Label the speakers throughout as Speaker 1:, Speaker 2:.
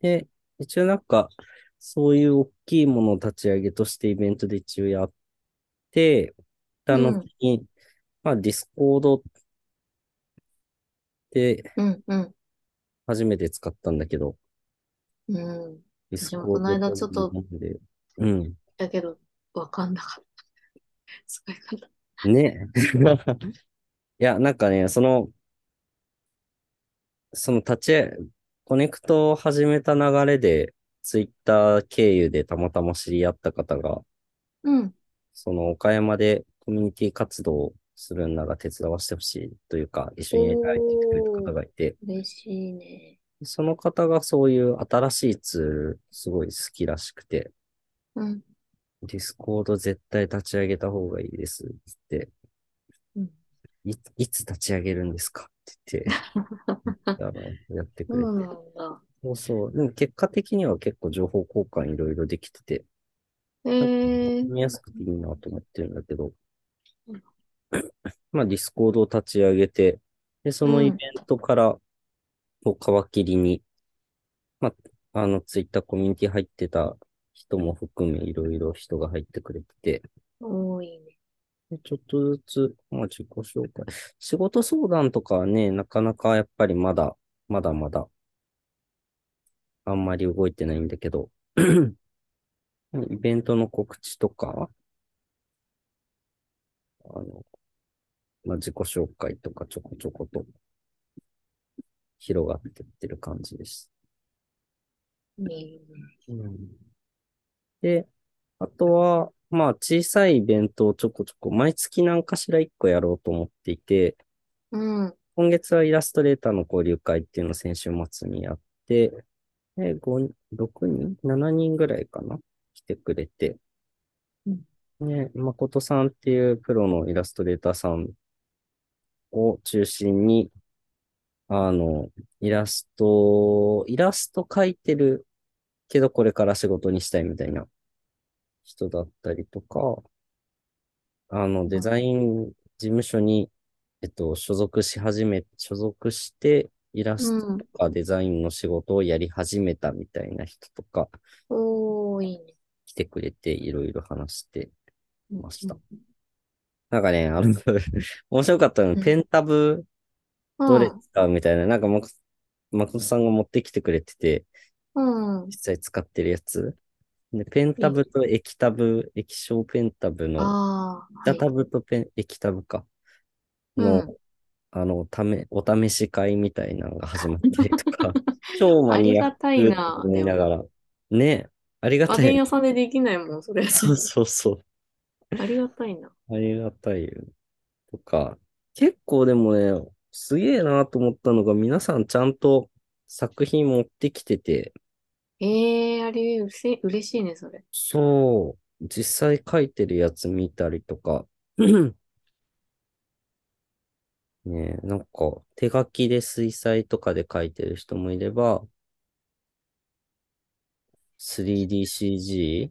Speaker 1: で、一応なんか、そういう大きいものを立ち上げとしてイベントで一応やって、た
Speaker 2: う
Speaker 1: の
Speaker 2: ん
Speaker 1: に、まあ、ディスコードで
Speaker 2: うんうん。
Speaker 1: 初めて使ったんだけど、
Speaker 2: うん。
Speaker 1: ディス
Speaker 2: 私も
Speaker 1: コー
Speaker 2: この間
Speaker 1: ド
Speaker 2: ちょっと
Speaker 1: で、うん。
Speaker 2: だけど、わかんなかった。使い方。
Speaker 1: ね。いや、なんかね、その、その立ち上げ、コネクトを始めた流れで、ツイッター経由でたまたま知り合った方が、
Speaker 2: うん。
Speaker 1: その岡山でコミュニティ活動をするんなら手伝わせてほしいというか、一緒にやりてくれる方がいて、
Speaker 2: 嬉しいね。
Speaker 1: その方がそういう新しいツール、すごい好きらしくて、
Speaker 2: うん。
Speaker 1: ディスコード絶対立ち上げた方がいいですって
Speaker 2: うん
Speaker 1: 言って、いいつ立ち上げるんですかって 言って、あのやってく
Speaker 2: そ
Speaker 1: れて。
Speaker 2: うなんだ。
Speaker 1: そうそう。でも結果的には結構情報交換いろいろできてて、
Speaker 2: ええ
Speaker 1: 見やすくていいなと思ってるんだけど
Speaker 2: うん、
Speaker 1: まあ、ディスコードを立ち上げて、で、そのイベントから、を皮切りに、まあ、あの、ツイッターコミュニティ入ってた人も含め、いろいろ人が入ってくれてて、
Speaker 2: 多いね。
Speaker 1: でちょっとずつ、まあ、自己紹介。仕事相談とかはね、なかなかやっぱりまだ、まだまだ、あんまり動いてないんだけど、イベントの告知とか、あの、まあ、自己紹介とかちょこちょこと広がってってる感じです。
Speaker 2: いいね
Speaker 1: で、あとは、まあ、小さいイベントをちょこちょこ、毎月何かしら一個やろうと思っていて、
Speaker 2: うん。
Speaker 1: 今月はイラストレーターの交流会っていうのを先週末にやって、で、5、6人 ?7 人ぐらいかな来てくれて
Speaker 2: うん。
Speaker 1: ね、誠さんっていうプロのイラストレーターさんを中心に、あの、イラスト、イラスト描いてるけどこれから仕事にしたいみたいな人だったりとか、あの、デザイン事務所に、えっと、所属し始め、所属して、イラストとかデザインの仕事をやり始めたみたいな人とか
Speaker 2: 多いね。
Speaker 1: 来てくれて、いろいろ話してました
Speaker 2: う。
Speaker 1: なんかね、あの、 面白かったの
Speaker 2: う
Speaker 1: が、
Speaker 2: ん
Speaker 1: ペンタブ
Speaker 2: ん
Speaker 1: どれ使うみたいな、なんかもく、誠さんが持ってきてくれてて、
Speaker 2: うん。うん。
Speaker 1: 実際使ってるやつ。で、ペンタブと液タブ、液晶ペンタブの、
Speaker 2: ああ、
Speaker 1: ダ
Speaker 2: はい
Speaker 1: タブとペン、液タブか。の、
Speaker 2: うん
Speaker 1: あの、ため、お試し会みたいなのが始まったりと か、超マ
Speaker 2: あり
Speaker 1: ニア
Speaker 2: が
Speaker 1: ッ
Speaker 2: たい
Speaker 1: クって
Speaker 2: な。
Speaker 1: 思いなが
Speaker 2: でも
Speaker 1: ら。ね、ありが
Speaker 2: 家
Speaker 1: た
Speaker 2: 電
Speaker 1: い。
Speaker 2: 屋さんでできないもん、そ れ。
Speaker 1: そうそうそ
Speaker 2: ありがたいな。
Speaker 1: う。ありがたいよ。とか、結構でもね、すげえなと思ったのが、皆さんちゃんと作品持ってきてて、
Speaker 2: ええあれ、うれしい、嬉しいね、それ。
Speaker 1: そう、実際書いてるやつ見たりとか、ねえ、なんか手書きで水彩とかで書いてる人もいれば、3DCG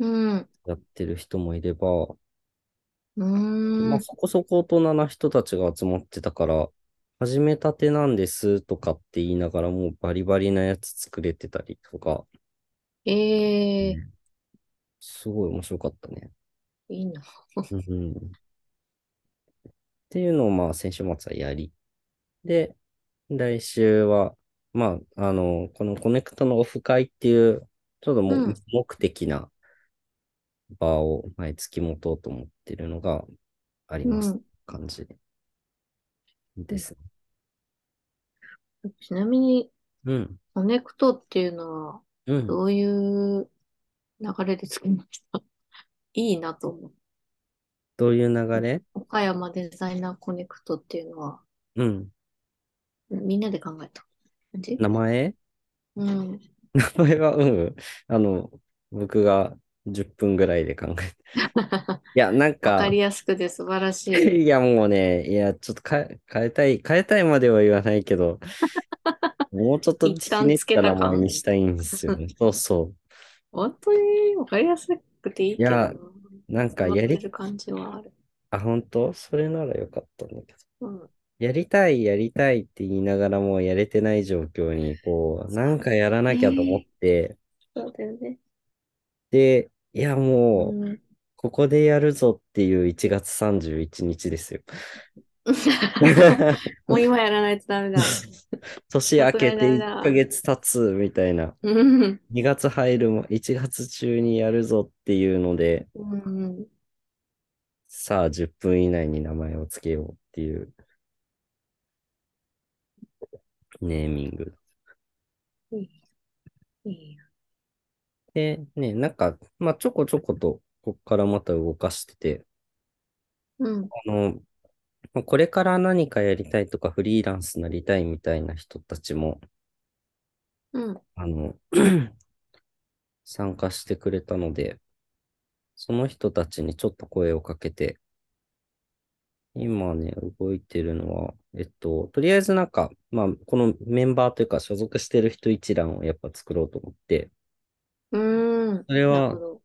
Speaker 2: うん。う
Speaker 1: やってる人もいれば、
Speaker 2: ー
Speaker 1: まあ
Speaker 2: ん。
Speaker 1: そこそこ大人な人たちが集まってたから、始めたてなんですとかって言いながらもうバリバリなやつ作れてたりとか、
Speaker 2: ええ
Speaker 1: すごい面白かったね。
Speaker 2: いいな。
Speaker 1: うんっていうのをまあ先週末はやり。で、来週は、まあ、あの、このコネクトのオフ会っていう、ちょっとも、
Speaker 2: うん
Speaker 1: 目的な場を毎月持とうと思ってるのがあり
Speaker 2: う
Speaker 1: ます。
Speaker 2: ん。
Speaker 1: 感じです。
Speaker 2: ちなみに、
Speaker 1: うん。
Speaker 2: コネクトっていうのは、
Speaker 1: うん。
Speaker 2: どういう流れで作りました いいなと思う。
Speaker 1: どういう流れ
Speaker 2: 岡山デザイナーコネクトっていうのは、
Speaker 1: うん。
Speaker 2: みんなで考えた感じ
Speaker 1: 名前
Speaker 2: うん。
Speaker 1: 名前は、うん。あの、僕が10分ぐらいで考え て。いや、なん
Speaker 2: わ
Speaker 1: か、
Speaker 2: かりやすくて素晴ら しい。
Speaker 1: いや、もうね、いや、ちょっとか変えたい、変えたいまでは言わないけ ど、もうちょっと
Speaker 2: 一
Speaker 1: ひ
Speaker 2: 旦
Speaker 1: ねっ
Speaker 2: つけ
Speaker 1: た
Speaker 2: た
Speaker 1: 名
Speaker 2: 感
Speaker 1: 前にしたいんですよね。そうそ
Speaker 2: 本当にわかりやすくていいけど
Speaker 1: い
Speaker 2: な、
Speaker 1: やう。なんか
Speaker 2: ま
Speaker 1: や
Speaker 2: って
Speaker 1: り、
Speaker 2: る感じはある。
Speaker 1: あ、本当それならよかったんだけど。
Speaker 2: うん。
Speaker 1: やりたい、やりたいって言いながらもやれてない状況に、こう、なんかやらなきゃと思って、
Speaker 2: そうだよね。
Speaker 1: で、いや、もう、
Speaker 2: うん。
Speaker 1: ここでやるぞっていう1月31日ですよ。
Speaker 2: もう今やらないとダメだ。
Speaker 1: 年明けて1ヶ月経つみたいな、
Speaker 2: うん。
Speaker 1: 2月入るも1月中にやるぞっていうので、
Speaker 2: うん。
Speaker 1: さあ10分以内に名前をつけようっていうネーミング。
Speaker 2: いいよ
Speaker 1: で、ね、なんか、まあ、ちょこちょこと、こっからまた動かしてて、
Speaker 2: うん。
Speaker 1: あの、まあこれから何かやりたいとか、フリーランスになりたいみたいな人たちも、
Speaker 2: うん。
Speaker 1: あの、 参加してくれたので、その人たちにちょっと声をかけて、今ね、動いてるのは、えっと、とりあえずなんか、まあ、このメンバーというか、所属してる人一覧をやっぱ作ろうと思って、
Speaker 2: うん。
Speaker 1: それは
Speaker 2: なるほど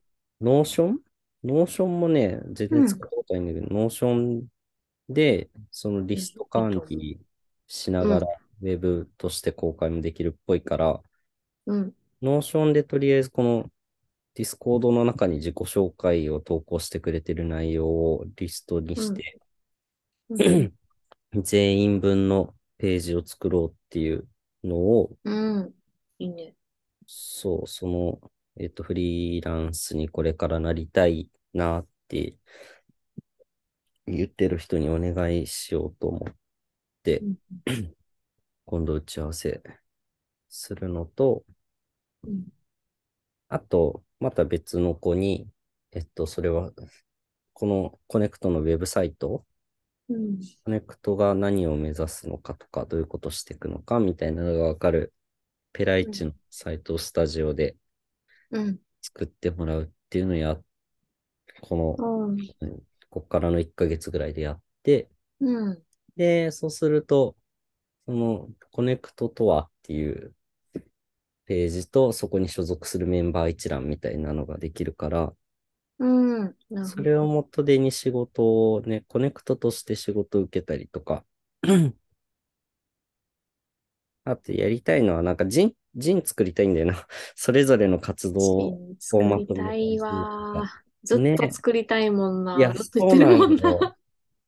Speaker 1: ノーションノーションもね、全
Speaker 2: う
Speaker 1: 然
Speaker 2: ん
Speaker 1: 使ったことないんだけど、ノーションで、そのリスト管理しながら、ウェブとして公開もできるっぽいから、
Speaker 2: うん。
Speaker 1: ノーションでとりあえずこのディスコードの中に自己紹介を投稿してくれてる内容をリストにして、
Speaker 2: うん。
Speaker 1: 全員分のページを作ろうっていうのを、
Speaker 2: うん。いいね。
Speaker 1: そう、その、えっと、フリーランスにこれからなりたいなって言ってる人にお願いしようと思って、
Speaker 2: うん
Speaker 1: 今度打ち合わせするのと、
Speaker 2: うん。
Speaker 1: あと、また別の子に、えっと、それは、このコネクトのウェブサイト、
Speaker 2: うん。
Speaker 1: コネクトが何を目指すのかとか、どういうことしていくのかみたいなのがわかる、ペライチのサイトをスタジオで
Speaker 2: うん。
Speaker 1: 作ってもらうっていうのをや、この、
Speaker 2: うん。
Speaker 1: こっからの1ヶ月ぐらいでやって、
Speaker 2: うん。
Speaker 1: で、そうすると、その、コネクトとはっていうページと、そこに所属するメンバー一覧みたいなのができるから、
Speaker 2: うん。なる
Speaker 1: そ
Speaker 2: ほ
Speaker 1: れ
Speaker 2: ど。
Speaker 1: を元手に仕事をね、コネクトとして仕事を受けたりとか。 あとやりたいのは、なんか人、人作りたいんだよな。 それぞれの活動を。
Speaker 2: 作りたいわ。ずっと作りたいもんな。
Speaker 1: いや、
Speaker 2: ずっと
Speaker 1: そ
Speaker 2: 言っ
Speaker 1: う
Speaker 2: てる
Speaker 1: な
Speaker 2: もん
Speaker 1: んだ
Speaker 2: な。
Speaker 1: よ。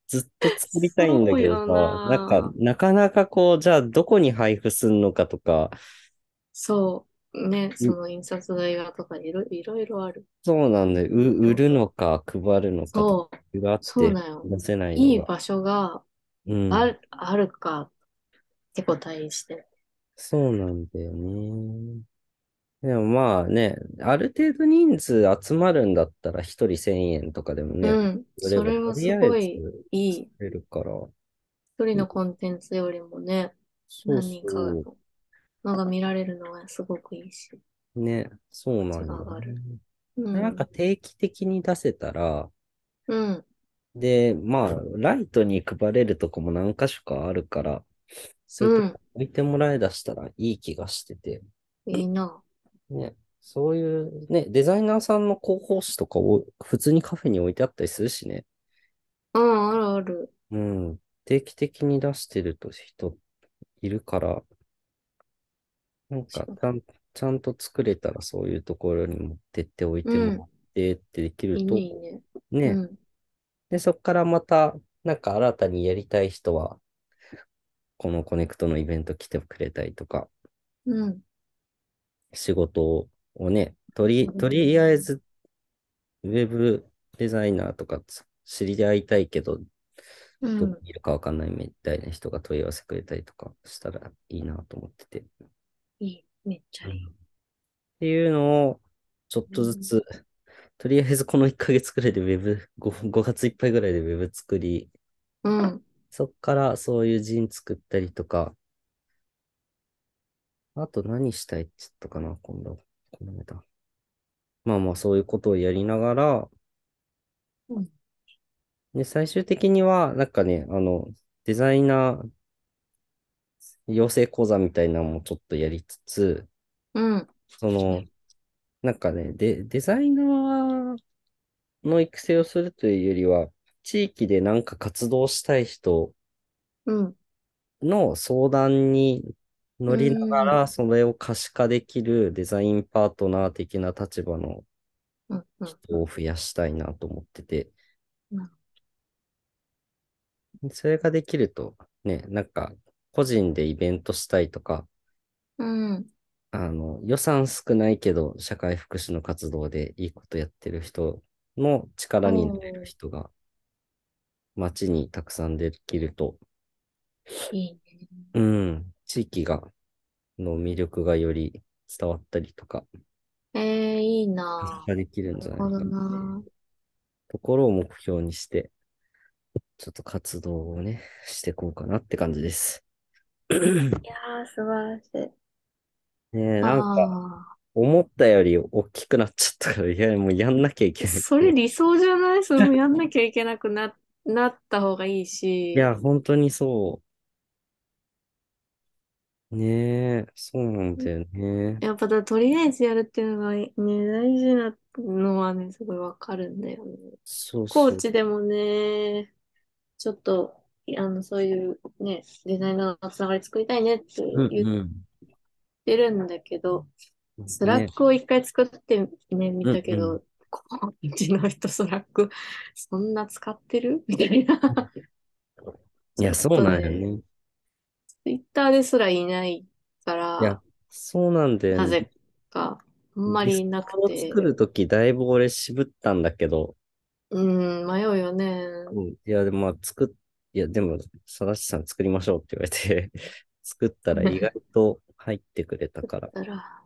Speaker 1: ずっと作りたいんだけど
Speaker 2: そ
Speaker 1: さ、
Speaker 2: うよな
Speaker 1: なんか、なかなかこう、じゃあどこに配布すんのかとか、
Speaker 2: そう。ね、その印刷代がとかいろいろいろある。
Speaker 1: そうなんだよ。う売るのか、配るのかと
Speaker 2: そう。
Speaker 1: かがあっ
Speaker 2: そう
Speaker 1: て、
Speaker 2: だよ。
Speaker 1: 出せないのが。
Speaker 2: いい場所が
Speaker 1: うん。
Speaker 2: ある,、あるかって答えして。
Speaker 1: そうなんだよね。でもまあね、ある程度人数集まるんだったら一人千円とかでもね、
Speaker 2: うん。
Speaker 1: 取れ
Speaker 2: そ
Speaker 1: ば
Speaker 2: れ
Speaker 1: と
Speaker 2: は
Speaker 1: り
Speaker 2: す
Speaker 1: あ
Speaker 2: ご
Speaker 1: え
Speaker 2: い
Speaker 1: ず
Speaker 2: いい。
Speaker 1: 取れるから。そ
Speaker 2: 一人のコンテンツよりもね、
Speaker 1: う
Speaker 2: 何人か
Speaker 1: そ
Speaker 2: ののが見られるのがすごくいいし。
Speaker 1: う。ね、そうなんだ
Speaker 2: つなが
Speaker 1: よね
Speaker 2: る。うん。
Speaker 1: なんか定期的に出せたら、
Speaker 2: うん。
Speaker 1: で、まあ、ライトに配れるとこも何箇所かあるから、そういうとこ置いてもらいだしたらいい気がしてて、
Speaker 2: いいな。
Speaker 1: ね、そういう、ね、デザイナーさんの広報誌とかを普通にカフェに置いてあったりするしね。
Speaker 2: うん、あるある。
Speaker 1: うん。定期的に出してると人いるから、なんか
Speaker 2: そう
Speaker 1: ちゃん、ちゃんと作れたらそういうところに持ってっておいてもらってってでき
Speaker 2: い
Speaker 1: る
Speaker 2: い
Speaker 1: と、
Speaker 2: ね、いいね。
Speaker 1: ね、
Speaker 2: うん。
Speaker 1: で、そこからまた、なんか新たにやりたい人は、このコネクトのイベント来てくれたりとか、
Speaker 2: うん。
Speaker 1: 仕事をね、とり、
Speaker 2: うん
Speaker 1: とりあえず、ウェブデザイナーとかつ知り合いたいけど、
Speaker 2: う
Speaker 1: ど
Speaker 2: ん
Speaker 1: こ。にいるかわかんないみたいな人が問い合わせくれたりとかしたらいいなと思ってて。
Speaker 2: いい。めっちゃいい。
Speaker 1: っていうのを、ちょっとずつ、とりあえずこの1ヶ月くらいでウェブ、5, 5月いっぱいぐらいでウェブ作り、
Speaker 2: うん。
Speaker 1: そっからそういう陣作ったりとか、あと何したいって言ったかな、今度。この間まあまあそういうことをやりながら、
Speaker 2: うん。
Speaker 1: で、最終的には、なんかね、あの、デザイナー養成講座みたいなのもちょっとやりつつ、
Speaker 2: うん。
Speaker 1: その、なんかね、デ、デザイナーの育成をするというよりは、地域でなんか活動したい人
Speaker 2: うん。
Speaker 1: の相談に乗りなが
Speaker 2: う
Speaker 1: ら、
Speaker 2: ん
Speaker 1: それを可視化できるデザインパートナー的な立場の
Speaker 2: うんうん
Speaker 1: 人を増やしたいなと思ってて
Speaker 2: うん、
Speaker 1: それができると、ね、なんか、個人でイベントしたいとか、
Speaker 2: うん
Speaker 1: あの、予算少ないけど、社会福祉の活動でいいことやってる人の力になれる人が、街にたくさんできると、
Speaker 2: いいね。
Speaker 1: うん、地域が、の魅力がより伝わったりとか、
Speaker 2: えー、いい
Speaker 1: 可
Speaker 2: な
Speaker 1: 視化できるん
Speaker 2: ぁ。
Speaker 1: じゃ
Speaker 2: な
Speaker 1: な
Speaker 2: る
Speaker 1: いか
Speaker 2: ほど
Speaker 1: な。
Speaker 2: なぁ。
Speaker 1: ところを目標にして、ちょっと活動をね、していこうかなって感じです。
Speaker 2: いやー、素晴らしい。
Speaker 1: ねえ、なんか、
Speaker 2: あ
Speaker 1: 思ったより大きくなっちゃったから、いや、もうやんなきゃいけ
Speaker 2: あ、
Speaker 1: ない。
Speaker 2: それ理想じゃないそれもやんなきゃいけなくな、なった方がいいし。
Speaker 1: いや、本当にそう。ねえ、そうなんだよね。
Speaker 2: やっぱだ、とりあえずやるっていうのがね、大事なのはね、すごいわかるんだよね。
Speaker 1: そう
Speaker 2: コ
Speaker 1: そ
Speaker 2: ー
Speaker 1: う。
Speaker 2: チでもね、ちょっと、あの、そういうね、デザイナーのつながり作りたいねって
Speaker 1: うん
Speaker 2: 言っ
Speaker 1: うん。
Speaker 2: てるんだけど、スラ
Speaker 1: ね
Speaker 2: ックを一回作ってね、見たけ
Speaker 1: うんう
Speaker 2: ど、コーチの人スラック、そんな使ってるみた いな。
Speaker 1: いや、そうなんよね。
Speaker 2: ツイッターですらいないか
Speaker 1: いや
Speaker 2: ら、、
Speaker 1: そうなんだよね。
Speaker 2: なぜか、あんまりいなく
Speaker 1: リストを
Speaker 2: て
Speaker 1: 作、るとき、だいぶ俺渋ったんだけど、
Speaker 2: うん、迷うよね。
Speaker 1: うんいや、でもまあ、作っ、いや、でも、さだしさん作りましょうって言われて 作ったら意外と入ってくれたから、
Speaker 2: だから、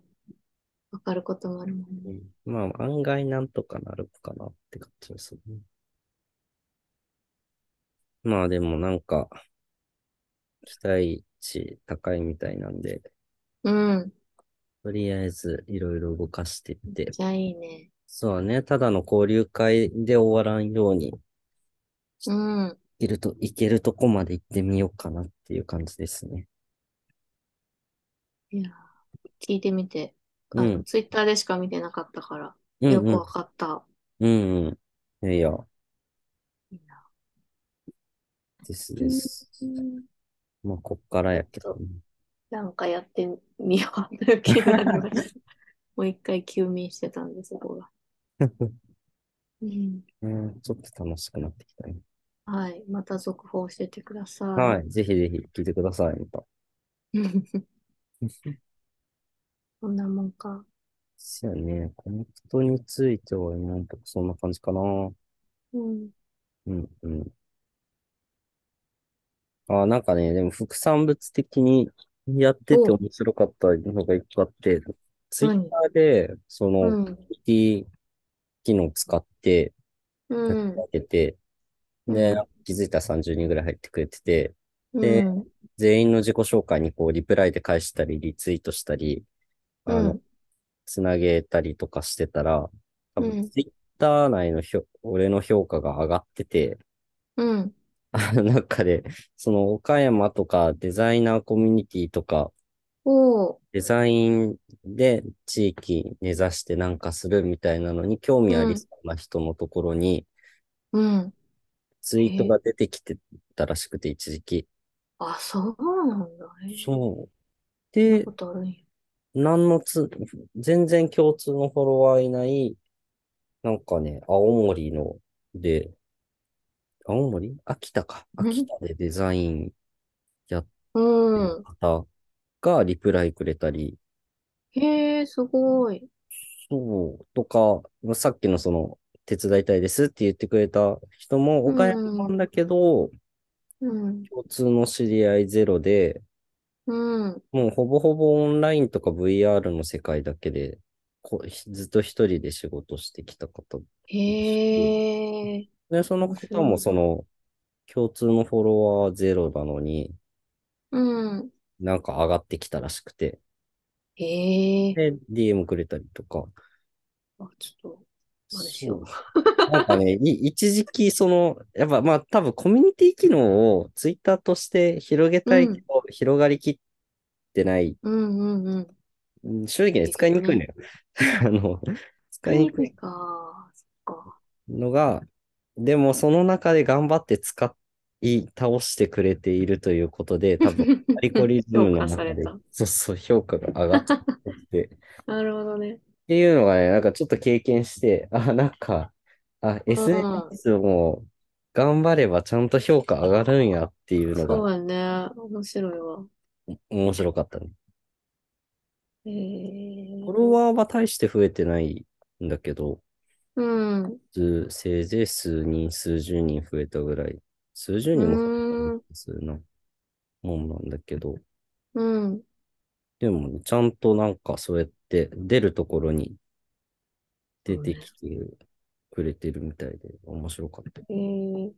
Speaker 2: わかることもあるもん
Speaker 1: う
Speaker 2: ね。
Speaker 1: んまあ、案外なんとかなるかなって感じですね。まあ、でもなんか、期待値高いみたいなんで、
Speaker 2: うん。
Speaker 1: とりあえずいろいろ動かしていって、
Speaker 2: じゃあいいね。
Speaker 1: そうね、ただの交流会で終わらんように、
Speaker 2: うん。
Speaker 1: いると、いけるとこまで行ってみようかなっていう感じですね。
Speaker 2: いや、聞いてみて。あ
Speaker 1: う
Speaker 2: の、
Speaker 1: ん。
Speaker 2: ツイッターでしか見てなかったから、
Speaker 1: うん
Speaker 2: よく
Speaker 1: うん
Speaker 2: わかった。
Speaker 1: うんうん。いやいや、
Speaker 2: いいな
Speaker 1: ですです。
Speaker 2: うん
Speaker 1: まあ、こっからやけど ね。
Speaker 2: なんかやってみようという気になりま した。もう一回休眠してたんです、そこが。うん。
Speaker 1: うんちょっと楽しくなってきたね。
Speaker 2: はい。また続報教えてくださ
Speaker 1: はい。ぜひぜひ聞いてください。また。
Speaker 2: い。こんなもんか。
Speaker 1: そうやね。コネクトについては今んとこそんな感じかな。
Speaker 2: うん。
Speaker 1: うんうん。あ、なんかね、でも副産物的にやってて
Speaker 2: お
Speaker 1: 面白かったのが一個あって、ツイッ
Speaker 2: 何
Speaker 1: ターで、そうの、
Speaker 2: ん。
Speaker 1: 機能使って、
Speaker 2: うん。
Speaker 1: やってて、
Speaker 2: うん
Speaker 1: で、気づいたら30人ぐらい入ってくれてて、で
Speaker 2: うん。
Speaker 1: 全員の自己紹介にこう、リプライで返したり、リツイートしたり、あ
Speaker 2: う
Speaker 1: の
Speaker 2: ん。、
Speaker 1: つなげたりとかしてたら、多
Speaker 2: う
Speaker 1: 分
Speaker 2: ん
Speaker 1: ツイッター内のひょ、俺の評価が上がってて、
Speaker 2: うん。
Speaker 1: あの中で、その岡山とかデザイナーコミュニティとか、
Speaker 2: おー。
Speaker 1: デザインで地域根ざしてなんかするみたいなのに興味ありそうな人のところに、
Speaker 2: うん。
Speaker 1: ツイートが出てきてたらしくて、一時期。
Speaker 2: あ、そうなんだ。えそん
Speaker 1: そう。
Speaker 2: な
Speaker 1: で
Speaker 2: こ、とあるんや。
Speaker 1: 何のつ、全然共通のフォロワーいない、なんかね、青森の、で、青森秋田か。
Speaker 2: うん
Speaker 1: 秋田でデザインやって
Speaker 2: う
Speaker 1: る
Speaker 2: ん。
Speaker 1: 方がリプライくれたり、
Speaker 2: へえ、すごい。
Speaker 1: そう、とか、まあさっきのその、手伝いたいですって言ってくれた人も、
Speaker 2: うん
Speaker 1: 岡山なんだけど、
Speaker 2: うん。
Speaker 1: 共通の知り合いゼロで、
Speaker 2: うん。
Speaker 1: もうほぼほぼオンラインとか VR の世界だけで、こずっと一人で仕事してきた方。
Speaker 2: へえ。
Speaker 1: で、その方もその、共通のフォロワーゼロなのに、
Speaker 2: うん。
Speaker 1: なんか上がってきたらしくて、
Speaker 2: へえ。
Speaker 1: で、DM くれたりとか。
Speaker 2: あ、ちょっと、あれしよう。
Speaker 1: そうなんかね、い 一時期その、やっぱまあ多分コミュニティ機能をツイッターとして広げたいけど、広がりきってない。
Speaker 2: うんうんうん。
Speaker 1: うん正直ね、使いにくいのよ。 あの、使いにくい。
Speaker 2: か。そっか。
Speaker 1: のが、でもその中で頑張って使言い倒してくれているということで、多分、アリコリズムの
Speaker 2: 評価さ
Speaker 1: 中
Speaker 2: れ
Speaker 1: で
Speaker 2: た、
Speaker 1: そうそう、評価が上がってきて、
Speaker 2: なるほどね。
Speaker 1: っていうのがね、なんかちょっと経験して、あ、なんか、あ、SNS も頑張ればちゃんと評価上がるんやっていうの
Speaker 2: そう
Speaker 1: が
Speaker 2: やね。面白いわ。
Speaker 1: 面白かったね。
Speaker 2: え
Speaker 1: フォロ
Speaker 2: ー、
Speaker 1: ワーは大して増えてないんだけど、
Speaker 2: うん。
Speaker 1: 数せいぜい数人、数十人増えたぐらい。数十
Speaker 2: う
Speaker 1: 人も増え
Speaker 2: ーん。
Speaker 1: た数なもんなんだけど、
Speaker 2: うん。
Speaker 1: でもね、ちゃんとなんかそうやって出るところに出てきてくれてるみたいで面白かった。
Speaker 2: えー